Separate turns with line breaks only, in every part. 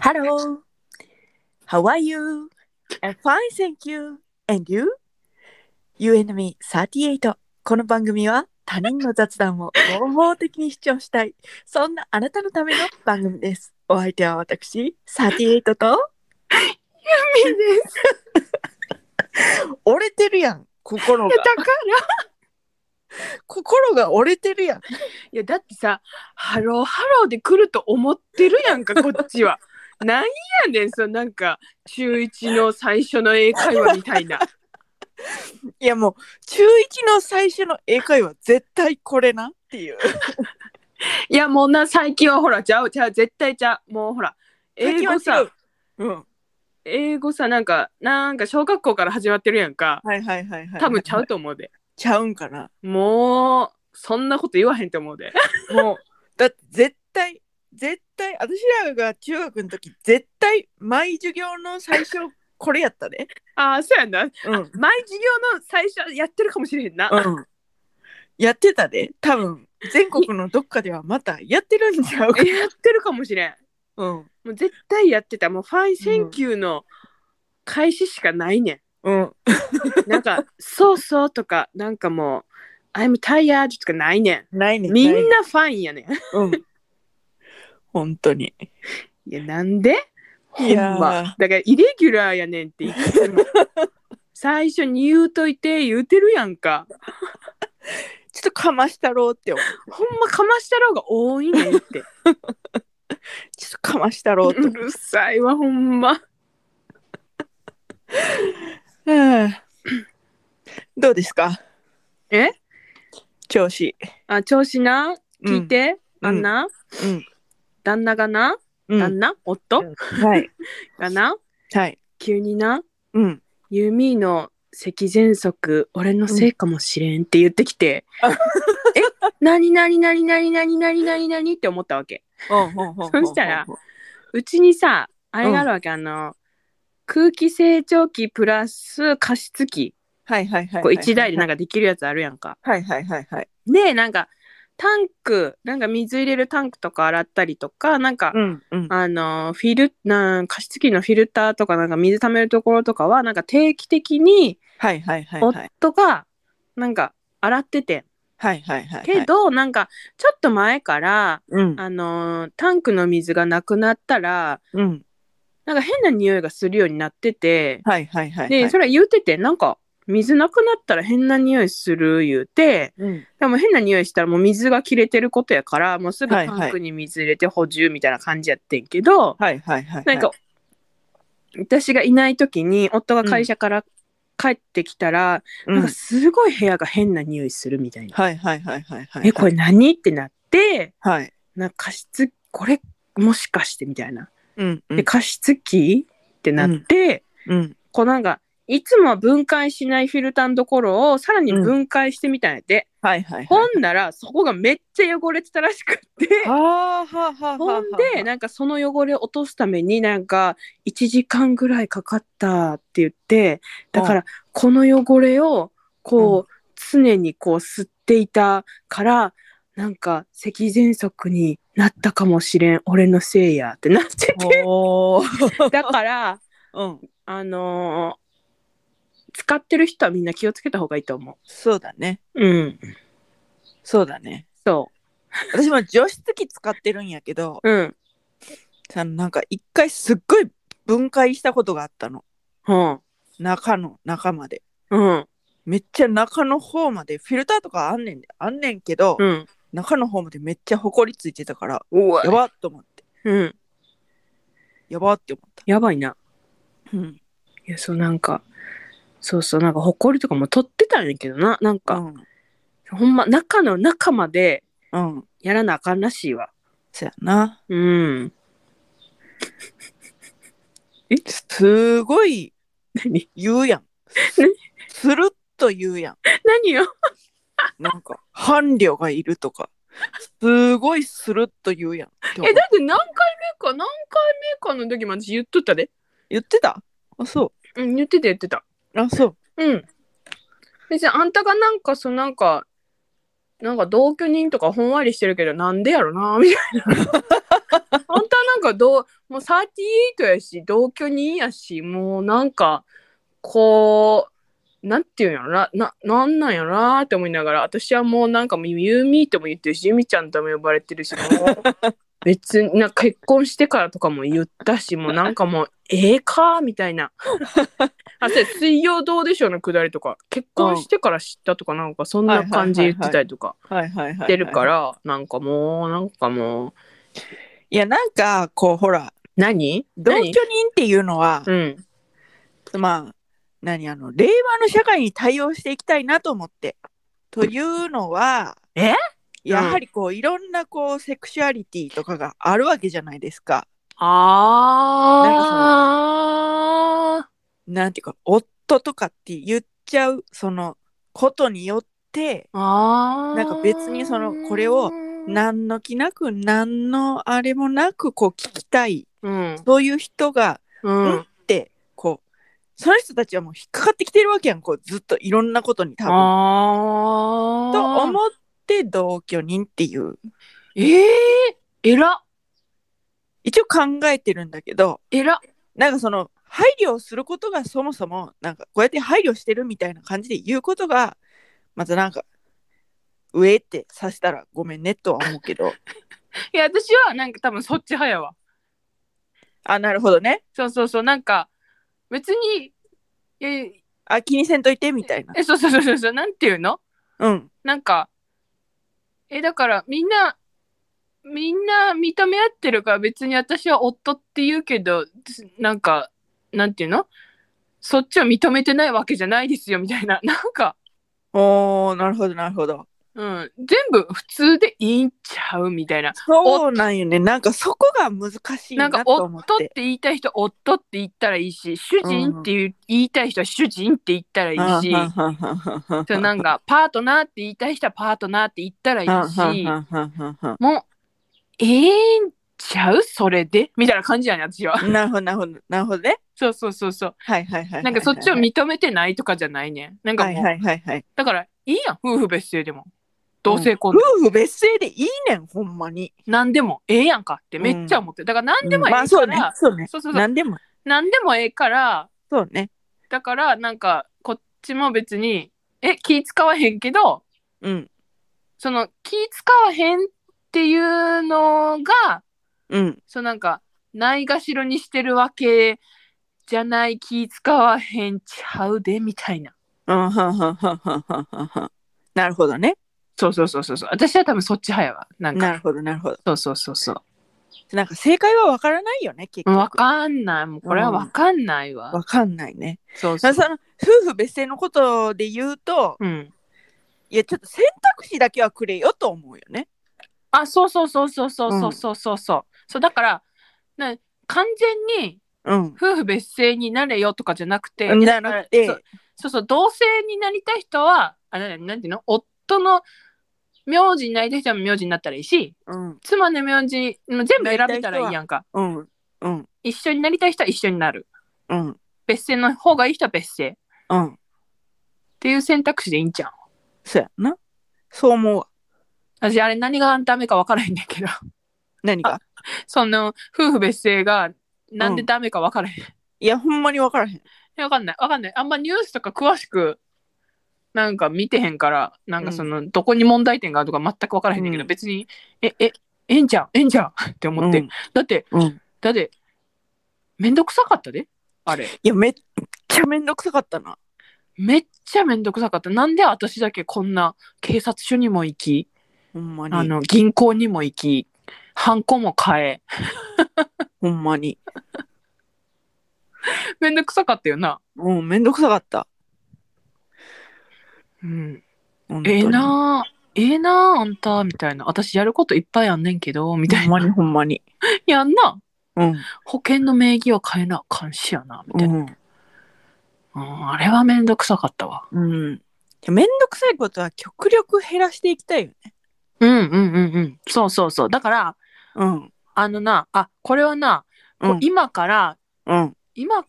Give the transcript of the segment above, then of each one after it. Hello. How are you? I'm fine, thank you. And you? You and me 38。この番組は他人の雑談を合法的に視聴したい。そんなあなたのための番組です。お相手は私、38と。
です。
折れてるやん、心が
だ。から、
心が折れてるやん。
いや、だってさ、ハローハローで来ると思ってるや んか、こっちは。なんやねん、そのなんか、中一の最初の英会話み たいな。
いやもう、中1の最初の英会話、絶対これなっていう。
いや、もうな、最近はほら、ちゃう、ちゃう、絶対ちゃう。もうほら、英語
最
さ、
近は違う。うん。
英語さ、なんか、なんか小学校から始まってるやんか。
はいはいはいはい。
多分ちゃうと思うで。
ちゃうんかな。
もう、そんなこと言わへんと思 うで。
もうだって絶対絶対私らが中学の時絶対毎授業の最初これやったで、
ああ、そうやんな。
うん
毎授業の最初やってるかもしれへんな。
うん、やってたで多分全国のどっかではまたやってるんちゃうか、
やってるかもしれん。
うん
もう絶対やってた。もうファイセ
うん
ンキューの開始しかないね
うん、
ん。なんか、そうそうとか、なんかもう、I'm tired とかないね
ないね
ん。みん
な、
なファインやねん。
うん、本当に
いや、なんでほ
い
ん
やー
ま。だから、イレギュラーやねんって言っ ても。最初に言うといて言うてるやんか。
ちょっとかましたろうって思う
ほんまかましたろうが多いね んって。
ちょっとかましたろうと
う
思う
るさいわ、ほんま。
うんどうですか
え
調子
あ、調子な聞い、
う
て、
ん
あんな、
うん
旦那がな、
うんう
旦
ん、
那夫、
はい
がな、
はい
急にな、
うん
ユーミーの咳喘息俺のせいかもしれんって言ってきて、
うん
え何何何何何何何何って思ったわけ
そ
そしたらうちにさあれがあるわけ、あの空気清浄機プラス加湿器
はいはいはい。
こう1台でなん
か。
かできるやつあるやんか。
はいはいはいはい。
でなんかタンクなんか水入れるタンクとか洗ったりとかなんか、
うんうん。
あのフィルなん加湿器のフィルターとかなんか水溜めるところとかはなんか定期的に
はいはいはいはい。
夫がなんか洗ってて、
はいはいはい。
け、ど、なんかちょっと前から、
うん
あのータンクの水がなくなったら
うん。
なんか変な匂いがするようになってて、
はいはいはい。
でそれは言うててなんか水なくなったら変な匂いする言うて
うん。
でも変な匂いしたらもう水が切れてることやからもうすぐ
はい
タ
はい
ンクに水入れて補充みたいな感じやってんけど、
はいはいはい。
なんか、、私がいない時に夫が会社から帰ってきたら、
う
なんんか。すごい部屋が変な匂いするみたいな。
はいはいはいはいはい。
えこれ。何ってなって。
はい。
なんか加湿これもしかしてみたいな。
うんう
で
ん。
加湿器ってなって、
うん。
こうなんかいつもは分解しないフィルターのところをさらに分解してみたんやで、
はいはい。
ほんならそこがめっちゃ汚れてたらしくって。
はあはあはあ。
ほんでなんかその汚れを落とすためになんか1時間ぐらいかかったって言ってだからこの汚れをこう常にこう吸っていたからなんか咳喘息になったかもしれん俺のせいやってなってて
おー。
だから
うん。
あのー使ってる人はみんな気をつけた方がいいと思
そうだね。
ううん
そうだね。
そ
私も除湿器使ってるんやけど、
ううん
あのなんか一回すっごい分解したことがあったの。
うん
中の中まで。
うん
めっちゃ中の方までフィルターとかあんねんであんねんけど、
うん
中の方までめっちゃほこりついてたから
うわ
やばっと思って
うん
やばって思った、
やばいな
うん
いやそうなんかそうそうなんか埃とかも取ってたんやけどななん
う
か、
ん
ほんま中の中まで
うん
やらなあかんらしいわ
そやな
うん
すごい
何
言うやん
何
つるっと言うやん
何よ
なんか伴侶がいるとかすごいするっと言うやんって思う
えだって何回目か何回目かの時も私言っとったで
言ってたあそ
うん言ってた言ってた
うあそう
うん別にあんたがなんかそうなんかなんか同居人とかほんわりしてるけどなんでやろなみたいなあんたなんかどうもう38やし同居人やしもうなんかこうなんていうんやろなななんなんやろなって思いながら私はもうなんかもうユーミーとも言ってるしユミちゃんとも呼ばれてるしもう別になんか結婚してからとかも言ったしもうなんかもうええかみたいなあそれ水曜どうでしょうのくだりとか結婚してから知ったとかなんかそんな感じで言ってたりとか
はいはいは
し
い。
てるから、なんかもうなんかもう
いや、なんか、こう、ほら、
何
同居人っていうのは、
うん
まあ、何、あの、令和の社会に対応していきたいなと思って。というのは、
え
やはりこう、いろんなこう、セクシュアリティとかがあるわけじゃないですか。
ああ。
なんていうか、夫とかって言っちゃう、その、ことによって、
あー
なんか別にそのこれを、何の気なく、何のあれもなく、こう、聞きたい。
うん。
そういう人が、
う
うん
ん。
って、こう、その人たちはもう引っかかってきてるわけやん、こう、ずっといろんなことに多分。
ああ。
と思って同居人っていう
ええー、えら、
一応考えてるんだけど
えら。
なんかその配慮をすることがそもそもなんかこうやって配慮してるみたいな感じで言うことがまたなんか上ってさしたらごめんねとは思うけど
いや、私はなんか多分そっち派やわ。
あなるほどね
そうそうそう、なんか別に、え、
あ気にせんといてみたいな
えそうそうそうそうそう、なんていうの
うん
なんか、え、だからみんな、みんな認め合ってるから別に私は夫って言うけど、つなんか、なんていうのそっちは認めてないわけじゃないですよみたいな。 なんか、
おーなるほどなるほど
うん、全部普通でいいんちゃうみたいな。
そうなんよねなんかそこが難しいな
な
ん
か、
と
夫
思っ
って
て
言いたい人、夫って言ったらいいし、主人っていう言いたい人は主人って言ったらいいし、そうなんか、パートナーって言いたい人はパートナーって言ったらいいし、
な
もう、ええんちゃうそれでみたいな感じやね、私は。
るほどなるほどなるほどね
そうそうそうそう。
はいはいはいはいはい
なんかそっちを認めてないとかじゃないね。なんか
は
もう、
いはいはいはい。
だから、いいやん、夫婦別姓でも。同性婚でも、
夫婦別姓でいいねん、ほんまに。
何でもええやんかってめっちゃ思ってる。だから何でもええ
ま
か
あそうね
ら、。
そうね。
そうそうそう。
何でも。
何でもええから、
そうね。
だからなんか、こっちも別に、え、気使わへんけど、
うん。
その気使わへんっていうのが、
うん。
そうなんかないがしろにしてるわけじゃない気使わへんちゃうでみたいな
うんはんはんはんはんはんはんはんなるほどね。
そうそうそうそうそう私は多分そっち派やわなん
なる
か
ほど、なるほど。
そうそうそうそう
なんか正解はわからないよね、結
分
局。
かんないもうこれは分かんないわ、
わかんないね。
そうそ
だ
う
からその夫婦別姓のことで言うと、
うん
いや、ちょっと選択肢だけはくれよと思うよね。
あそうそうそうそうそうそうそうそうそうそうだからな完全に
うん。
夫婦別姓になれよとかじゃなくて
じゃなくて
そうそうそう同性になりたい人はあななんていうの夫の名字になりたい人は名字になったらいいし
うん。
妻の名字もう全部選べたらいいやんか
うん。うん。
一緒になりたい人は一緒になる
うん。
別姓の方がいい人は別姓っ
うん。
ていう選択肢でいいんじゃん
そうやな。そう思うわ。
私あれ何がダメか分からへんねんけど
何が
その夫婦別姓がなんでダメか分からへん、
いや、ほんまにわからへん。
分かんない分かんないあんまニュースとか詳しくなんか見てへんからなんかそのどこに問題点があるとか全く分からへんねんけ
う
ど、
ん
別にええええんじゃんええんじゃんって思って、
うん
だって
うん。
だってめんどくさかったであれ
いや、めっちゃめんどくさかったな。
めっちゃめんどくさかった。なんで私だけこんな警察署にも行き、
ほんま
あ
に。
の銀行にも行き、ハンコも買え。
ほんまに。
めんどくさかったよな。
うん、めんどくさかった。
うん、
本当に
ええなあええなああんた、みたいな。私やることいっぱいあんねんけど、みたい
ほんま
な。
にほんまに。
やんな。
うん。
保険の名義は変えなあかんしやな、みた
う
いな。
ん。
うん、あれはめんどくさかったわ。
うん、めんどくさいことは極力減らしていきたいよね。
うんうんうんうん。そうそうそう。だから、
うん。
あのな、あ、これはな、こう
うん
今から
うん。
今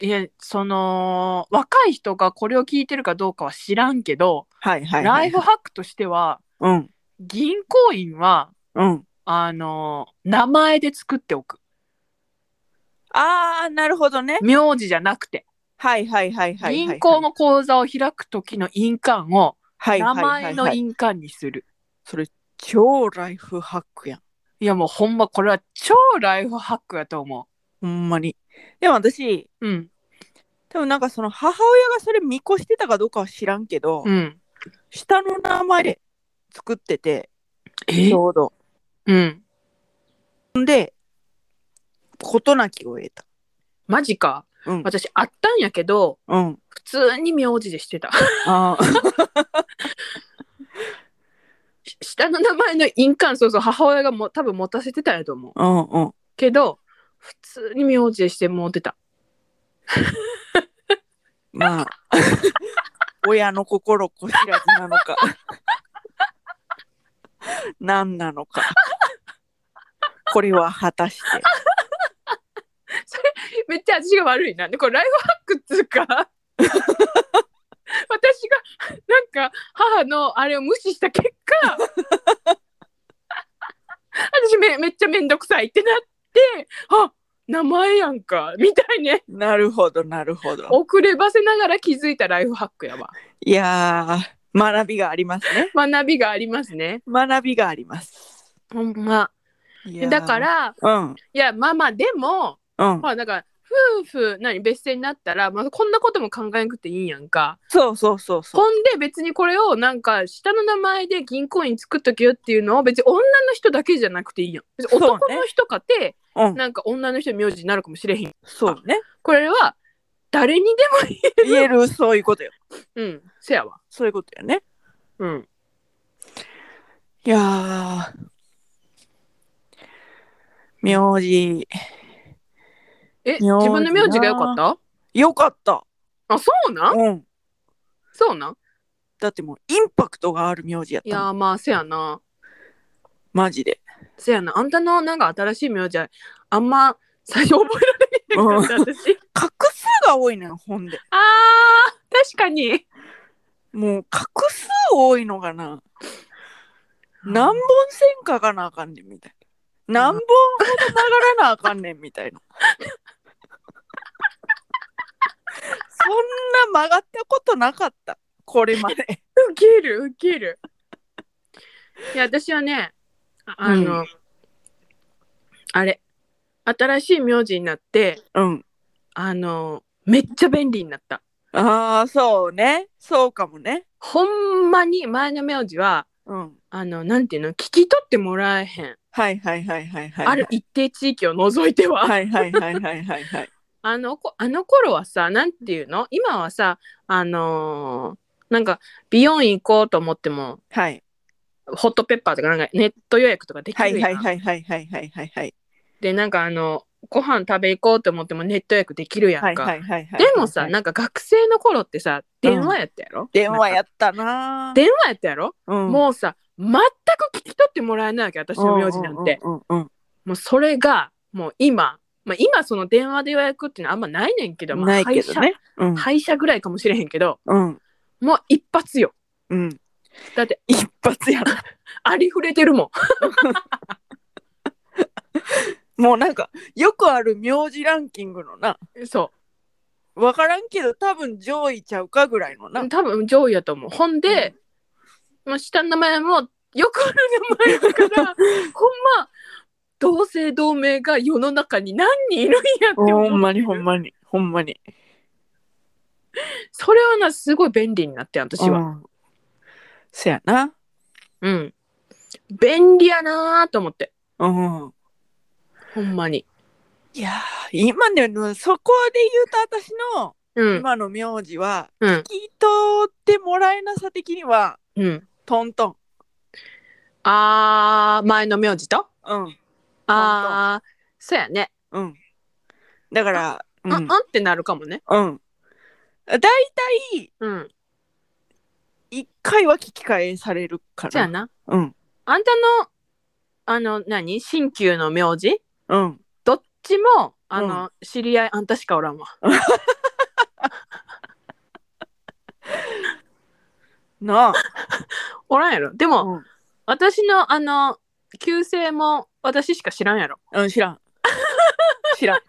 いやその若い人がこれを聞いてるかどうかは知らんけど、
はいはい、
ライフハックとしては
うん。
銀行員は
うん。
あの名前で作っておく
ああ、なるほどね。
名字じゃなくて。
はいはいはいはいはい。
銀行の口座を開く時の印鑑を
はいは
名
いはいは
前
い
の印鑑にする。
それ、超ライフハックやん。
いやもうほんまこれは超ライフハックやと思
ほんまに。でも私、
う。うん。
多分なんかその母親がそれ見越してたかどうかは知らんけど、
うん。
下の名前で作ってて、
え
ちょうど。
うん。
事なきを得た。
マジか。
うん。
私あったんやけど、
うん。
普通に名字でしてた。
あー
下の名前の印鑑、そうそう、母親がもう多分持たせてたんやと思う。
うんうん。
けど、普通に名字でして持ってた。
まあ、 親の心こ知らずなのか。何なのか。これは果たして。
めっちゃ味が悪いな。で、これライフハックっつうか。 私がなんか母のあれを無視した結果 私めめっちゃ面倒くさいってなってあ名前やんかみたいね
なるほど、なるほど。
遅ればせながら気づいたライフハックやわ
いやー、学びがありますね。
学びがありますね
学びがあります。
ほんま
いやー
だか、ら
うん、
いやまあまあでも
うん
ほ、らだから夫婦何別姓になったら、まあ、こんなことも考えなくていいんやんか
そうそうそうそう。
ほんで別にこれをなんか下の名前で銀行員作っとけよっていうのを別に女の人だけじゃなくていいやん別
そ
に
うね
男の人かて、
うん、
なんか女の人の名字になるかもしれへん
そうね。
これは誰にでもいい
言える、そういうことよ。
うんせやわ
そういうことよね。
うん
いやー、名字、
え
字な
自分の名字がよかった
よかった。
あそうなん
うん。
そうなん
だってもう、インパクトがある名字やっ
い
たもん
やーまあせやな
マジで。
せやなあんたのなんか新しい名字はあんま最初覚えられへんかった私
画数が多いのよ、ほんで。
あー確かに
もう、画数多いのがな、何本線書かなあかんねんみたいな。何本ほど流れなあかんねんみたいな。そんな曲がったことなかった。これまで。
ウケるウケるいや私はねああの、あれ新しい名字になって
うん。
あのめっちゃ便利になった
ああ、そうね。そうかもね。
ほんまに前の名字は
うん。
あのなんていうの聞き取ってもらえへん、
はいはいはいはいはい。
ある。一定地域を除いては、
はいはいはいはいはいはい。
あのこあの頃はさなんていうの今はさあのーなんか美容院行こうと思っても
はい。
ホットペッパーとかなんかネット予約とかでき
は
るやん、
いはいはいはいはいはいはいはい。
でなんかあのご飯食べ行こうと思ってもネット予約できるやんか、
はいはいはいはい。
でもさなんか学生の頃ってさ電話やったやろ、
電話や
なんか
ったなぁ。
電話やったやろ、
うん
もうさ全く聞き取ってもらえないわけ私の名字なんて、
うんうんうんうん
もうそれがもう今、まあ、今その電話で予約っていうのはあんまないねんけど、まあ、
ないけどね。うん
廃車廃車ぐらいかもしれへんけど
うん
もう一発よ
うん。
だって
一発やな。
ありふれて るもん
もうなんかよくある名字ランキングのな。
そ
わからんけど多分上位ちゃうかぐらいのな
う。多分上位やと思うほんで、まあ、下の名前もよくある名前だから ほんま同姓同名が世の中に何人いるんやって
ほん
思う
まにほんまにほんまに。
それはなすごい便利になってん私は
うん。せやな。
うん、便利やなーと思って
うん。
ほんまに
いやー今でもそこで言うと私の
うん
今の名字は
うん
聞いとってもらえなさ的には
うん
トントン。
あー前の名字と
うん
ああ、そうやね。
うん。だから、う
あ、ん、
ん
あんってなるかもね。
うん。だいたい
うん。
一回は聞き返されるから。
そうやな。
うん。
あんたの、あの、何新旧の名字
うん。
どっちも、あの、知り合いあんたしかおらんわ。
なあ。
おらんやろ。で
う
も、
ん
私の、あの、旧姓も私しか知らんやろ。
うん、知らん。知らん。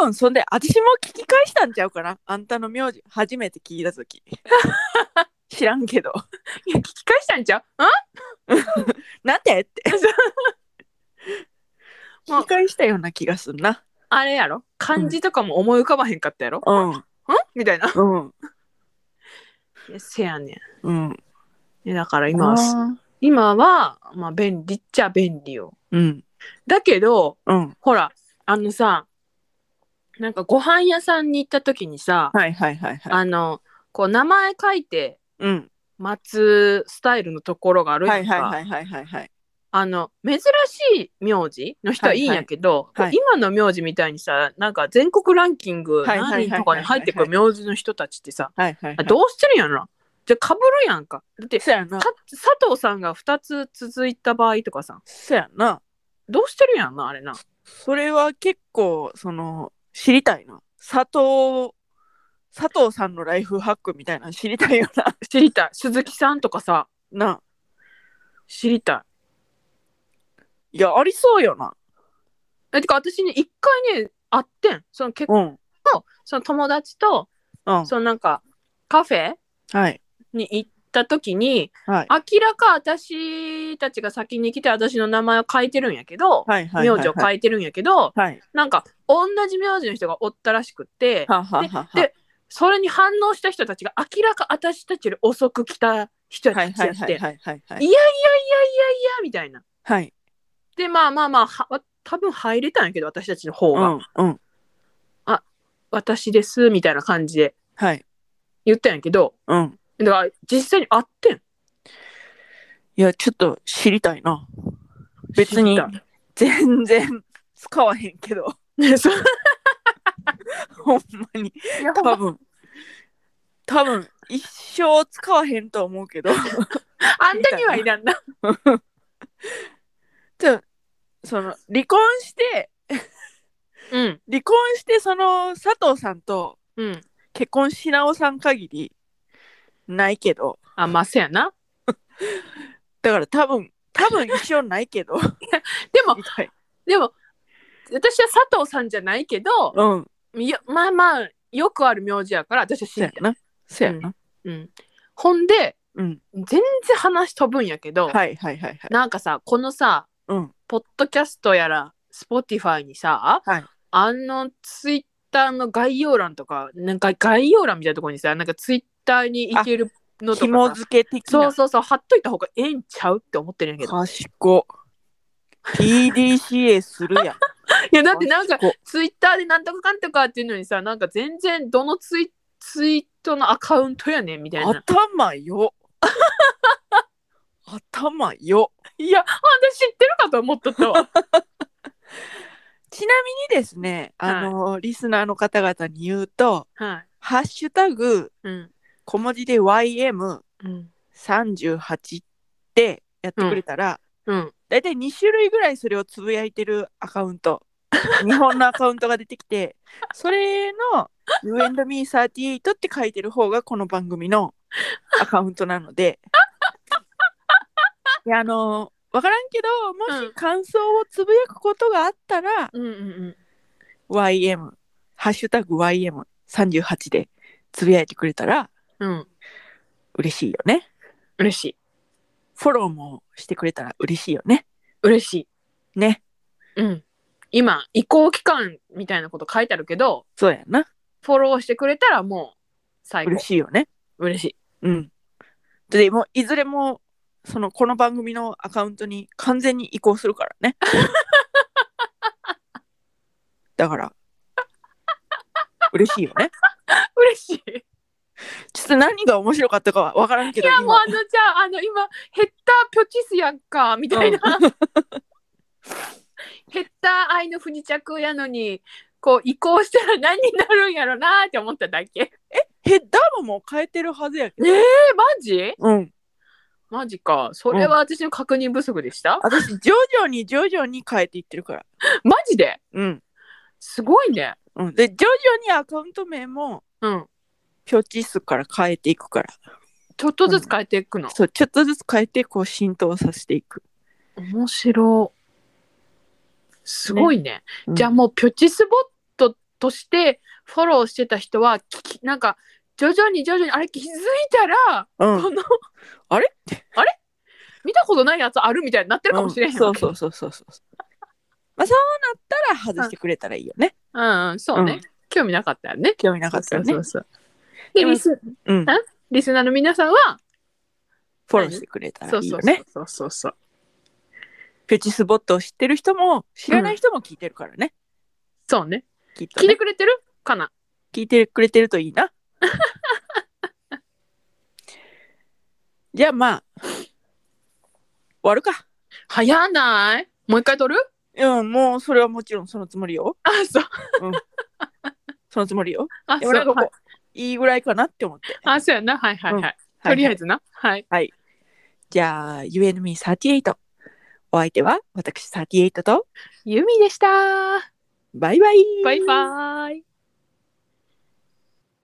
分そんで私も聞き返したんちゃうかなあんたの名字初めて聞いた時知らんけど
いや聞き返したんちゃう
なんで って
もう
聞き返したような気がすんな
あれやろ漢字とかも思い浮かばへんかったやろ、
うん
んみたいな。
うん
せやね
うん
ん。ねだから
い
今はす、今は、まあ便利っちゃ便利よ。
うん
だけど、
うん
ほら、あのさ、なんかご飯屋さんに行った時にさ、
はいはいはいはい
あの、こう名前書いて
うん
待つスタイルのところがあるや
は
ん
い
か。
はいはいはいはいはい
あの、珍しい名字の人はいいんやけど、
はいはいはい
こう今の名字みたいにさ、なんか全国ランキング
はいはいはい
何人とかに入ってくる名字の人たちってさ、
はいはいはい
どうしてるんやろな。じゃあかぶるやんか。だって
そやな
か佐藤さんが2つ続いた場合とかさ
そやな
どうしてるんやんなあれな
それは結構その知りたいな佐藤佐藤さんのライフハックみたいなの知りたいよな
知りたい鈴木さんとかさ
な
知りた
いやありそうよない
えてか私ね一回ね会ってんその結婚
うん
のその友達と
うん
そのなんかカフェ
はい
に行った時に
はい
明らか私たちが先に来て私の名前を書いてるんやけど、
はいはいはい
名字を
は
書
い
いてるんやけど
はい
なんか同じ名字の人がおったらしくって、
はあはあはあ
でそれに反応した人たちが明らか私たちより遅く来た人
は
た
い
ちや
は
って、
いはいはいはいはい
いやいやいやいやいやみたいな。
はい
でまあまあまあは多分入れたんやけど私たちの方
う
が「
んうん
私です」みたいな感じで
はい
言ったんやけど
うん
だから実際に会ってん
いやちょっと知りたいな別に
知った
全然使わへんけど
ねそう
ほんまに多分多分一生使わへんと思う けど
あんたにはいらんな
ちょその離婚して
うん
離婚してその佐藤さんと
うん
結婚しなおさん限りないけど
あまあせやな
だから多分多分一生ないけ ど
でも
みたい
でも私は佐藤さんじゃないけど
うん
いやまあまあよくある名字やから私は知
そ
っ
や
て
なそやな
うん、ほんで
うん
全然話飛ぶんやけど、
はいはいはいはい
なんかさこのさ
うん
ポッドキャストやら Spotify にさ、
はい
あのツイッターの概要欄とかなんか概要欄みたいなところにさなんかツイッターに行けるのと
紐
かさ
付け的
そう
な
そうそう貼っといた方がええんちゃうって思ってるんやけど
賢 PDCA するや ん
いやだってなんか
賢
ツイッターでなんとかかんとかっていうのにさなんか全然どのツイツイートのアカウントやねんみたいな
頭 よ頭よ
いやあ私知ってるかと思っとったわ
ちなみにですね、あの、リスナーの方々に言うと、
はい
ハッシュタグ、
うん
小文字で YM38
うん
ってやってくれたら、
うん
だいたい2種類ぐらいそれをつぶやいてるアカウント、日本のアカウントが出てきて、 それの You and me38 って書いてる方がこの番組のアカウントなの で、いや、あの、わからんけど、も
うん
し感想をつぶやくことがあったら、
うんうんうん
YM、ハッシュタグ YM38 でつぶやいてくれたら
うん、
嬉しいよね。
嬉しい。
フォローもしてくれたら嬉しいよね。
嬉し
ね。
い。うん。今、移行期間みたいなこと書いてあるけど、
そうやな。
フォローしてくれたらもう最高。
嬉しいよね。
嬉しい。
うん。でもういずれもそのこの番組のアカウントに完全に移行するから ね。だから嬉しいよね。
嬉しい。い
ちょっと何が面白かったかは分からんけど。
や、もう
今
あの、じゃあ、あの、今、ヘッダーピョチスやんか、みたいな。 ヘッダー愛の不時着やのに、こう、移行したら何になるんやろなーって思っただけ。え
ヘッダーももう変えてるはずやけど。
マジ
うん。
マジか。それは私の確認不足でした。
私徐々に徐々に変えていってるから。
マジで
うん。
すごいね。
うん、で徐々にアカウント名も
うん。
ピョチスから変えていくから
ちょっとずつ変えていくの。
そうちょっとずつ変えてこう浸透させていく、
面白いすごいね
うん
じゃあもうピョチスボットとしてフォローしてた人はききなんか徐々に徐々にあれ気づいたら、
うん
この
あれ
見たことないやつあるみたいになってるかもしれへん
うん
よ、
そうそうそうそうそうまあそうなったら外してくれたらいいよね
うんうんそうね、
うん
興味なかったよね
興味なかったらね
そうそうそうでリス
うん
あリスナーの皆さんは
フォローしてくれたら
そ
いうい
そ
よ
う
ね
そうそうそう
フェチスポットを知ってる人も知らない人も聞いてるからね、
そうね
きっと
聞いて
ね
くれてるかな
聞いてくれてるといいな じゃあまあ終わるか
早ないもう一回撮る
うんもうそれはもちろんそのつもりよ
あそう
そのつもりよ
あ
で
そ
も
う
なんかこう、
はい
い、いぐらいかなって思って
あそうやなはいはいはい、
はい
とりあえずなはい
じゃあ UNME38 お相手は私38と
ユミでした
バイバイ
バイバーイ